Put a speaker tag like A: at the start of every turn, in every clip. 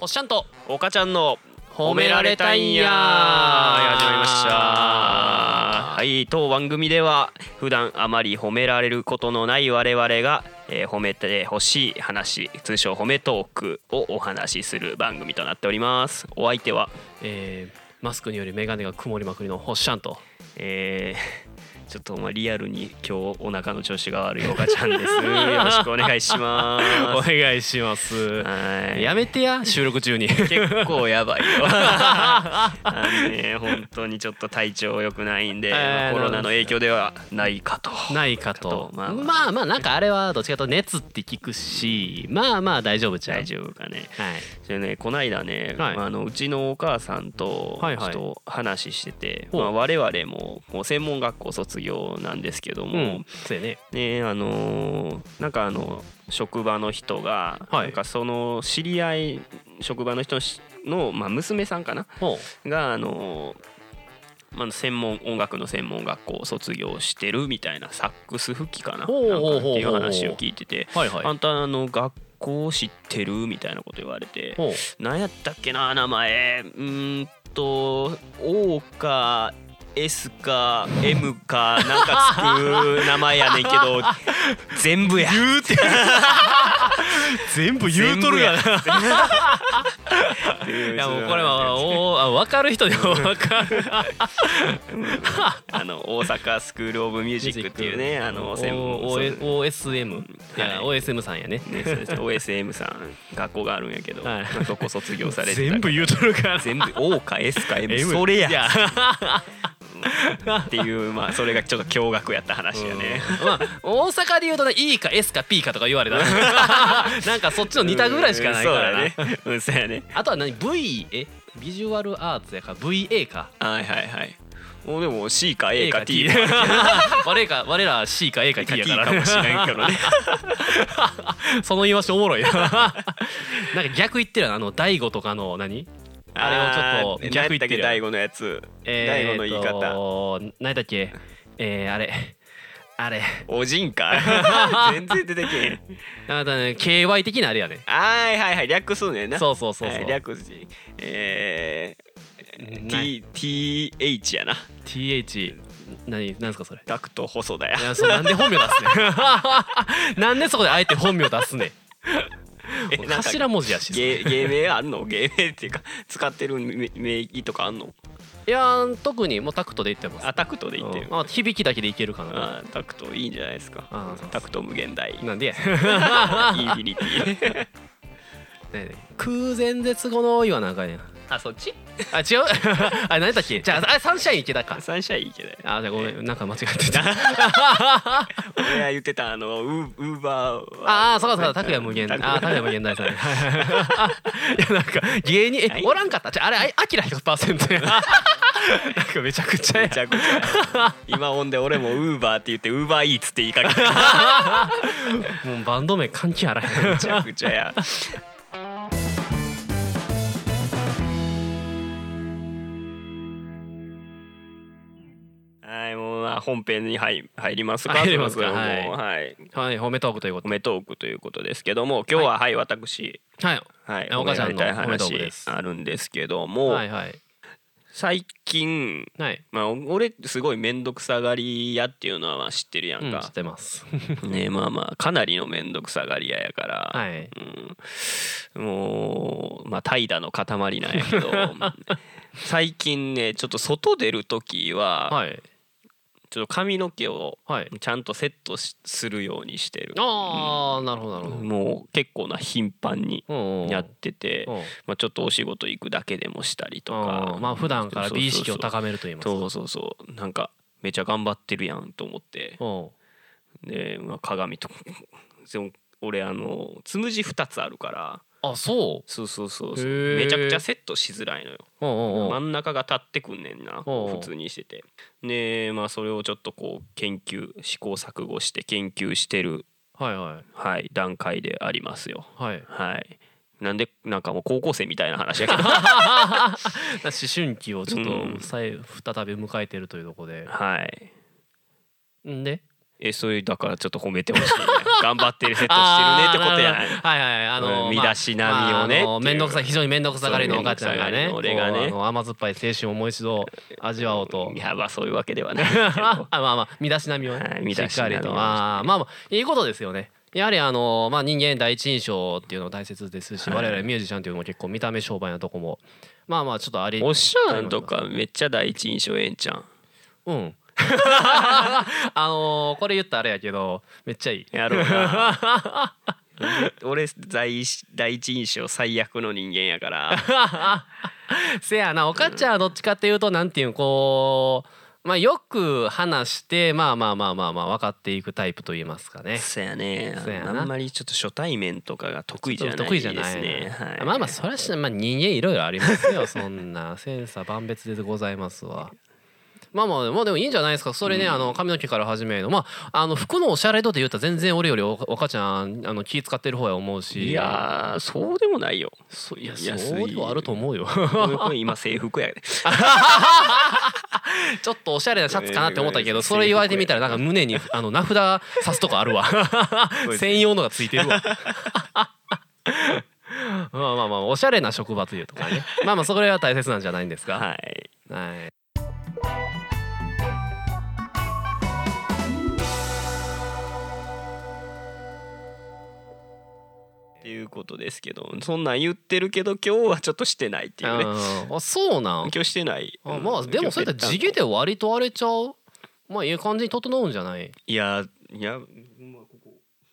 A: おっしゃんと
B: 岡ちゃんの
A: 褒められたいんや
B: はい始まりましたはい当番組では普段あまり褒められることのない我々が、えー褒めてほしい話通称褒めトークをお話しする番組となっておりますお相手は、
A: えーマスクにより眼鏡が曇りまくりのほっしゃんと
B: えーちょっとお前リアルに今日お腹の調子が悪い岡ちゃんですよろしくお願いしま
A: お願いします
B: すはい
A: やめてや収録中 に
B: 結構やばいよあのね本当にちょっと体調良くないんで、
A: えー
B: まあコロナの影響ではないかと
A: ないかと
B: かとまあまあ
A: まあまあなんかあれはどっちかというと熱って聞くしまあまあ大丈夫ちゃう
B: 大丈夫かね
A: はい
B: それねこないだね、
A: はい
B: まああのうちのお母さんと
A: は
B: ち
A: い
B: ょ
A: はい
B: っと話してて、
A: ほう
B: まあ、我々ももう専門学校卒業なんですけども、
A: うんそうやね
B: ねあのーなんかあの職場の人が、
A: はい
B: なんかその知り合い職場の人のしの、まあ、娘さんかな
A: ほ
B: があのまあ、専門音楽の専門学校を卒業してるみたいなサックス復帰かななんかっ
A: ほうほうほうほう
B: ていう話を聞いてて
A: うはい
B: 「あんたあの学校知ってる?」みたいなこと言われて
A: ほう
B: 「何やったっけな名前うーんと O か S か M かなんかつく名前やねんけ ど全部や」言う て
A: 全部
B: 言うとるやん
A: いやもうこれはおあ分かる人でも分か る
B: あの大阪スクール・オブ・ミュージックっていうねあの専門
A: O-
B: そう
A: O- OSM いや
B: は
A: OSM さんやね
B: ねそうですね OSM さん学校があるんやけど、
A: はい
B: まあそこ卒業されてた
A: 全部言うとるから
B: 全部 O か S か M,
A: M
B: それ
A: い
B: やっていうまあそれがちょっと驚愕やった話やね。
A: うんまあ大阪で言うとね E か S か P かとか言われた なんかそっちの2択ぐらいしかないから
B: うん
A: ね
B: そうやね。うんそうやね。
A: あとは何 V えビジュアルアーツやから VA か
B: はいはいはい。おでも C か A か T か
A: 我か我ら C か A か T
B: T
A: やから
B: かもしれんけどね。
A: その言い回しおもろいななんか逆言ってるよなあの大悟とかの何あれをちょっと
B: あー何
A: 逆
B: や
A: 言った
B: っ
A: て
B: っけ
A: る
B: 大悟のやつ。大
A: え
B: 悟の言い
A: ー
B: 方。
A: と何だっけえー、あれあれ
B: おじんか 全然出てけへん。
A: あだね KY 的なあれやね
B: はいはいはい略すねんな。
A: そうそうそうそう、
B: はい略すし。えー、
A: な
B: T TH やな。
A: TH 何何ですかそれ
B: ダクト細田や
A: い。やそうなんで本名出すねん なんでそこであえて本名出すねん
B: えなんか
A: 頭文字やしい
B: 芸芸名あんの芸名っていうか使ってる名名義とかあんの
A: や特にもうタクトで言ってます
B: あタクトで言ってる
A: うんあ響きだけでいけるかな
B: あタクトいいんじゃないですか
A: あそう
B: タクト無限大 インフ
A: なんで
B: ィニ ティ
A: ね空前絶後の言わなあかんやん
B: あそっち
A: あ違う あ何だっけじゃああサンシャイン池田か
B: サンシャインいいけど
A: あじゃあごめんなんか間違って た
B: 俺が言ってたあのウーウーバーは
A: ああそうかそうか拓也無限
B: 拓
A: ああ拓也無限大さんいやなん か芸人えおらんかったじゃああれあいアキラ100%や なんかめちゃくちゃや
B: めちゃくちゃ今ほんで俺もウーバーって言ってウーバーイーツって言いかけて
A: もうバンド名関係あらへん
B: めちゃくちゃやはいもうまあ本編に入入りますか
A: 入りますか
B: そろそろ
A: はい
B: もうはい
A: はい、褒めトークということ
B: 褒。めトークということですけども今日ははい、私
A: はい。
B: はい
A: あお母さんの
B: 褒められたい
A: 褒めトークで
B: 話
A: す
B: あるんですけども、
A: はいはい。
B: 最近
A: はい。
B: まあ俺すごい面倒くさがり屋っていうのはまあ知ってるや
A: うんん、知っ
B: か、
A: てます。
B: ねまあまあかなりの面倒くさがり屋やから、
A: はい。
B: うんもうまあ怠惰の塊なんや けど最近ねちょっと外出る時は、
A: はい。
B: ちょっと髪の毛を
A: はい。
B: ちゃんとセットしするようにしてる
A: ああ、なるほどなるほ
B: もう結構な頻繁に
A: ど。うん。
B: やってて、
A: うん。
B: まあ、ちょっとお仕事行くだけでもしたりとか
A: うんまあ普段から美意識を高めると言いますか。
B: そうそうそうなんかめちゃ頑張ってるやんと思って
A: うん。
B: で、まあ、鏡とかでも俺あのつむじ2つあるから
A: あ、そ
B: そうそうそうそう
A: へー
B: めちゃくちゃセットしづらいのよ
A: う。うんうんう
B: 真
A: ん。
B: ん中が立ってくんねんな
A: おうおう
B: 普通にしててでまあそれをちょっとこう研究試行錯誤して研究してる
A: はいはい
B: はい段階でありますよ
A: はい。
B: はいなんでなんかもう高校生みたいな話やけど
A: 思春期をちょっ
B: うん
A: とさえ再び迎えてるというところで。
B: はい
A: んで。
B: えそういうだからちょっと褒めてほしい 頑張ってるセットしてるねってことやない
A: あーなるほどはいはいあの
B: うん
A: まあ
B: 身だしなみを
A: まあ
B: ね
A: あの
B: っていう
A: 面倒くさい非常に面倒くさがりのお母ちゃんがね
B: そう面倒くさがりの俺がね
A: こうあの甘酸っぱい青春をもう一度味わおうと
B: いやまあそういうわけではない
A: ああまあまあ身だしなみをね
B: はい身
A: し
B: だ
A: っ
B: しな
A: か
B: みを
A: りとあーまあまあいいことですよねやはりあのまあ人間第一印象っていうのも大切ですし
B: はい
A: 我々ミュージシャンっていうのも結構見た目商売なとこもまあまあちょっとあり
B: おっしゃんとかめっちゃ第一印象ええんちゃん
A: うんあのーこれ言ったらあれやけどめっちゃいい
B: やろうな 俺第一第一印象最悪の人間やから
A: せやなおかっちゃんはどっちかっていうとなんていうんこうまあよく話してまあまあまあまあまあ分かっていくタイプと言いますかね。
B: そやね
A: そやな
B: あんまりちょっと初対面とかが得意じゃないですね
A: 得意じゃない
B: はい、
A: まあまあそれはしまあ人間いろいろありますよそんな千差万別でございますわ。まあまあまあでもいいんじゃないですかそれね、あの髪の毛から始めるのまああの服のおしゃれ度で言うたら全然俺よりおおかちゃんあの気使ってる方や思うし
B: いやーそうでもないよ
A: そいや
B: 安い
A: そうでもあると思うよ
B: これ今制 服やで
A: ちょっとおしゃれなシャツかなって思ったけどそれ言われてみたらなんか胸 にあの名札刺すとこあるわ専用のがついてるわまあまあまあおしゃれな職場というとかねまあまあそれは大切なんじゃないんですか
B: はい
A: はい。
B: っていうことですけどそんなん言ってるけど今日はちょっとしてないっていうね
A: ああそうなん
B: 今。日してない
A: あまあでもそれだったら地毛で割とあれちゃう。まあいい感じに整うんじゃない。
B: いやいや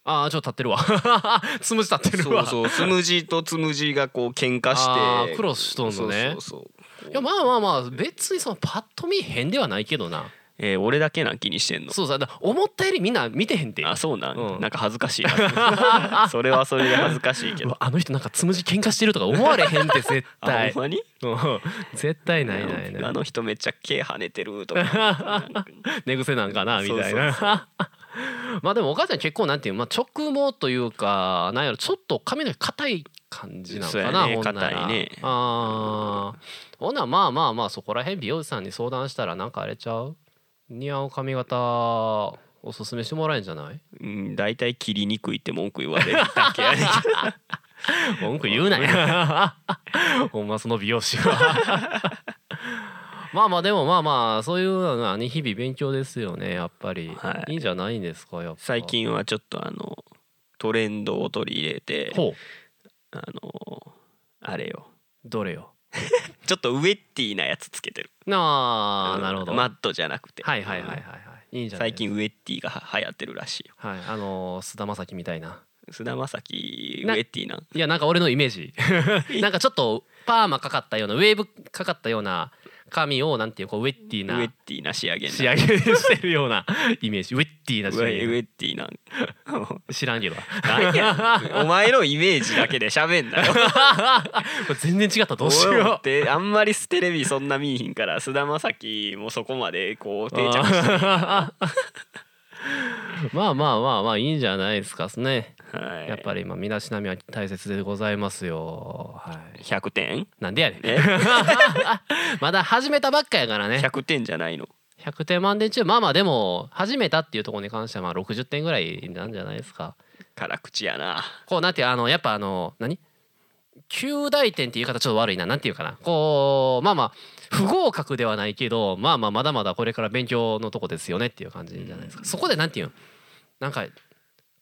A: ああちょっと立ってるわ。 つむじ立ってる
B: そ
A: わ。
B: うそうつむじとつむじがこう喧嘩
A: あ
B: し
A: ー
B: て
A: クロスしとんのね
B: そうそうそう
A: いやまあまあまあ別にそのパッと見変ではないけどな。
B: えー俺だけなん気にしてんの
A: そうさだから思ったよりみんな見てへんって。
B: あそうなん、
A: うん
B: なんか恥ずかしい なそれはそれで恥ずかしいけ
A: う
B: ど
A: わあの人なんかつむじ喧嘩してるとか思われへんって絶
B: あ
A: 対
B: ほん。まに
A: うん絶対ないないな
B: あ
A: い。
B: の人めっちゃ毛跳ねてるとか
A: 寝癖なんかなみたいな。 まあでもお母ちゃん結構なんていう、まあ、直毛というかなんやろちょっと髪の毛硬い感じなのか
B: そう
A: な、
B: やね
A: ほんなら
B: 硬いね
A: あーほんならまあまあまあそこら辺美容師さんに相談したらなんかあれちゃう似合う髪型おすすめしてもらえんじゃない
B: うん大体切りにくいって文句言われるだけやねんけど
A: 文句言うなよ ほんまその美容師は まあまあでもまあまあそういうのはね日々勉強ですよねやっぱり、、
B: はい
A: いんじゃないんですかやっぱ
B: 最近はちょっとあのトレンドを取り入れて
A: ほう
B: あのあれよ
A: どれよ
B: ちょっとウェッティなやつつけてる
A: ああなるほど、
B: マットじゃなくて
A: はいはいはいはいはい。いいんじゃない
B: 最近ウェッティがは流行ってるらしいよ
A: はい、あのー、菅田将暉みたいな。
B: 菅田将暉ウ
A: な
B: ェッティなん
A: いや、なんか俺のイメー ジ。なんかちょっとパーマかかったような、ウェーブかかったような髪を、なんていう、こうウェッティー
B: ウェッ
A: な
B: ティな仕上げな
A: 仕上げしてるようなイメージ。ウェッティーな
B: ウ
A: 仕上
B: ェウ
A: げ。
B: ェッティなん
A: 知らんけ ど。
B: なんやお前のイメージだけで喋んなよ
A: これ全然違った、どうしよう。
B: ってあんまりテレビそんな見いひんから菅田将暉もそこまでこう定着して
A: あー まあまあまあまあいいんじゃないですかね。
B: はい
A: やっぱり今身だしなみは大切でございますよ。はい。
B: 100点
A: なんでやねん。
B: え
A: まだ始めたばっかやからね。
B: 100点じゃないの
A: 100点満点中まあまあでも始めたっていうところに関してはまあ60点ぐらいなんじゃないですか
B: 辛口やな
A: こうなんていうあのやっぱあの何旧大点っていう言い方ちょっと悪いななんていうかなこうまあまあ不合格ではないけどまあまあまだまだこれから勉強のとこですよねっていう感じじゃないですかそこでなんていうんなんか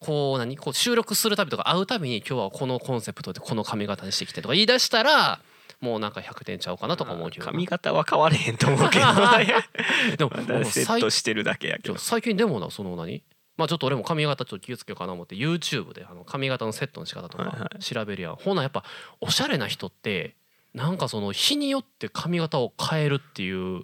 A: こう何こう収録するたびとか会うたびに今日はこのコンセプトでこの髪型にしてきてとか言い出したらもうなんか100点ちゃうかなとか思うけど
B: 髪型は変われへんと思うけ ど
A: でももう
B: セ
A: 最
B: ットしてるだけやけ
A: ちょ
B: ど
A: 最近でもなその何まあちょっと俺も髪型ちょっと気をつけようかな思って YouTube であの髪型のセットの仕方と
B: はいは
A: か調べるやん、ほなやっぱおしゃれな人ってなんかその日によって髪型を変えるっていう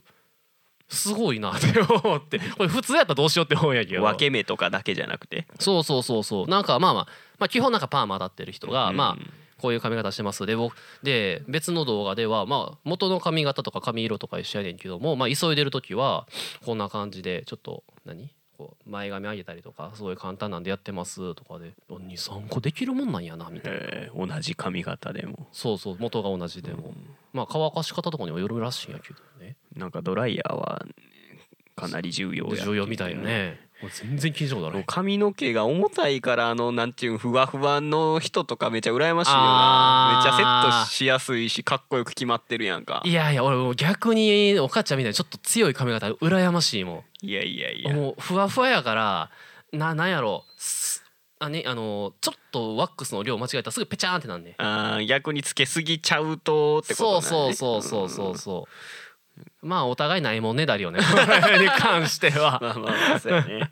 A: すごいなって思ってこれ普通やったらどうしようって思うんやけど
B: 分け目とかだけじゃなくて
A: そうそうそうそうなんかまあまあまあ基本なんかパーマ当たってる人が、
B: うん
A: まあこういう髪型してますで僕で別の動画ではまあ元の髪型とか髪色とか一緒やねんけどもまあ急いでる時はこんな感じでちょっと何こう前髪上げたりとかすごい簡単なんでやってますとかで23個できるもんなんやなみたいな
B: えー同じ髪型でも
A: そうそう元が同じでもまあ乾かし方とかにもよるらしいんやけどね
B: なんかドライヤーはかなり重要や
A: 重要みたいよね俺全然聞いたことない
B: 髪の毛が重たいからあのなんていうんふわふわの人とかめちゃ羨ましいよ
A: あ
B: な
A: ー
B: めっちゃセットしやすいしかっこよく決まってるやんか
A: いやいや俺もう逆にお母ちゃんみたいにちょっと強い髪型羨ましいも
B: いやいやい
A: ん
B: や
A: もうふわふわやからななんやろすあねあのちょっとワックスの量間違えたらすぐペチャーンってなんねん
B: あー逆につけすぎちゃうとってこと
A: そう
B: ね
A: そうそうそうそうそうまあお互いないもんねだりよねこれに関しては
B: まあまあまあそうやね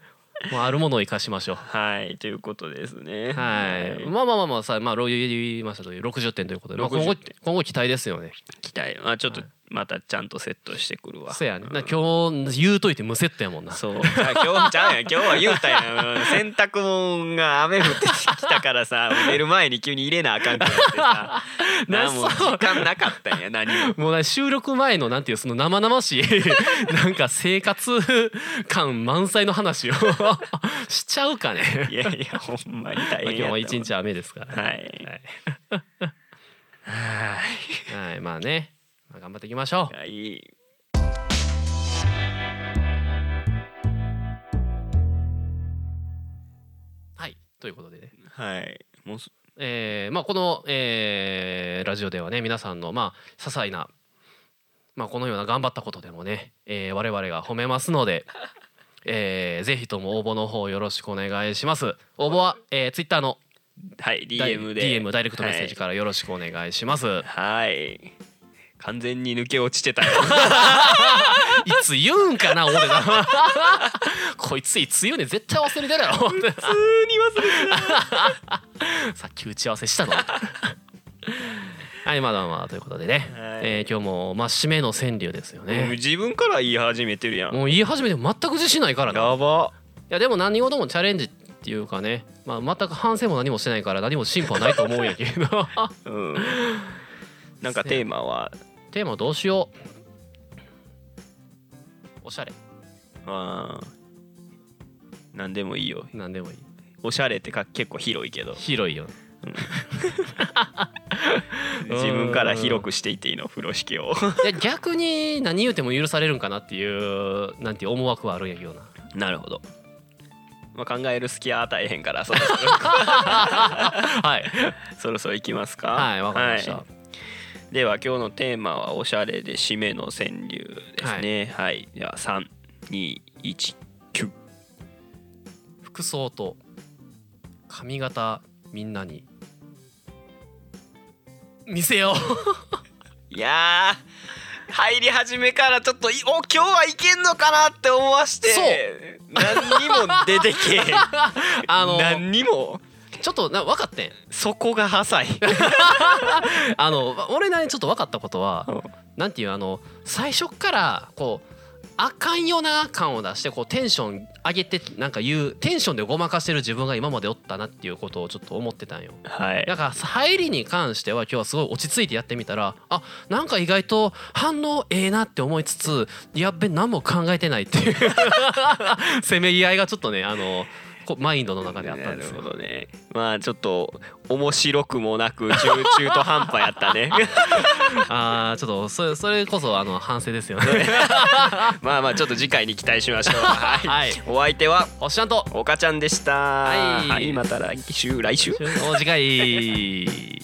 A: もうあるものを生かしましょう
B: はいということですね
A: はい、まあまあまあまあさまあロ言いましたと60点ということで、まあ、今後
B: 60点
A: 今後期待ですよね
B: 期待まあちょっとまたちゃんとセットしてくるわ
A: せやねな今日言うといて無セットやもんな
B: そうじゃあ今日ちゃうやん今日は言うたやん洗濯物が雨降ってきたから さ出る前に急に入れなあかんくなってさ
A: な
B: なもう時間なかったんや何も
A: もうね収録前のなんていうその生々しい なんか生活感満載の話を しちゃうかね
B: いやいやほんまに大
A: まあ
B: 変やった
A: 今日
B: わ
A: も一日雨ですから
B: はいは
A: はい、はい、まあね、まあ、頑張っていきましょ
B: いはい
A: うはいということでね
B: はいもうす
A: えーまあ、この、えーラジオではね皆さんのまあ些細な、まあ、このような頑張ったことでもね、えー我々が褒めますので、 えーぜひとも応募の方よろしくお願いします応募は、えー、Twitter の
B: はい DM で
A: DM ダイレクトメッセージからよろしくお願いします、い、
B: はい完全に抜け落ちて たよ
A: つ言うんかな俺が こいついつ言うねん絶対忘れてる やろ
B: 普通に忘れて
A: さっき打ち合わせしたのはいまだまだということでね、
B: はい
A: えー今日も、まあ、締めの川柳ですよね、
B: もう自分から言い始めてるやん
A: もう言い始めても全く自信ないからな。い
B: やば
A: やでも何事もチャレンジっていうかね、まあ、全く反省も何もしてないから何も進歩はないと思うんやけ ど
B: うん なんかテーマは
A: テーマどうしようおしゃれ
B: まあ何でもいいよ
A: 何でもいい
B: おしゃれってか結構広いけど
A: 広いよ
B: 自分から広くしていっていいの風呂敷
A: い
B: を
A: や逆に何言うても許されるんかなっていうなんていう思惑はあるんやけ どな
B: なるほど、まあ、考える隙は与えへんからそ ろそろ
A: はい
B: そろそろ行きますか
A: はいわかりました、
B: はいでは今日のテーマはおしゃれで締めの川柳ですねはい、では3219
A: 服装と髪型みんなに見せよ う
B: いやー入り始めからちょっといお今日はいけんのかなって思わして
A: そう
B: 何にも出てけえへん
A: あの
B: 何にも
A: ちょっとな分かってん
B: そこが浅い
A: あのわ俺なりにちょっと分かったことは、
B: うん
A: なんていうあの最初っからこうあかんよな感を出してこうテンション上げてなんか言うテンションでごまかしてる自分が今までおったなっていうことをちょっと思ってたんよ。
B: はい
A: だから入りに関しては今日はすごい落ち着いてやってみたらあなんか意外と反応ええなって思いつつやっべ何も考えてないっていう せめぎ合いがちょっとねあのこうマインドの中であったんです
B: な
A: よ
B: る。ほどねまあちょっと面白くも なく中中途半端やったね
A: あーちょっとそれそれこそあの反省ですよ ね。
B: まあまあちょっと次回に期待しましょうはい、
A: はい
B: お相手は
A: おっしゃ んと
B: 岡ちゃんでした
A: はい
B: また来週来週
A: お時間いい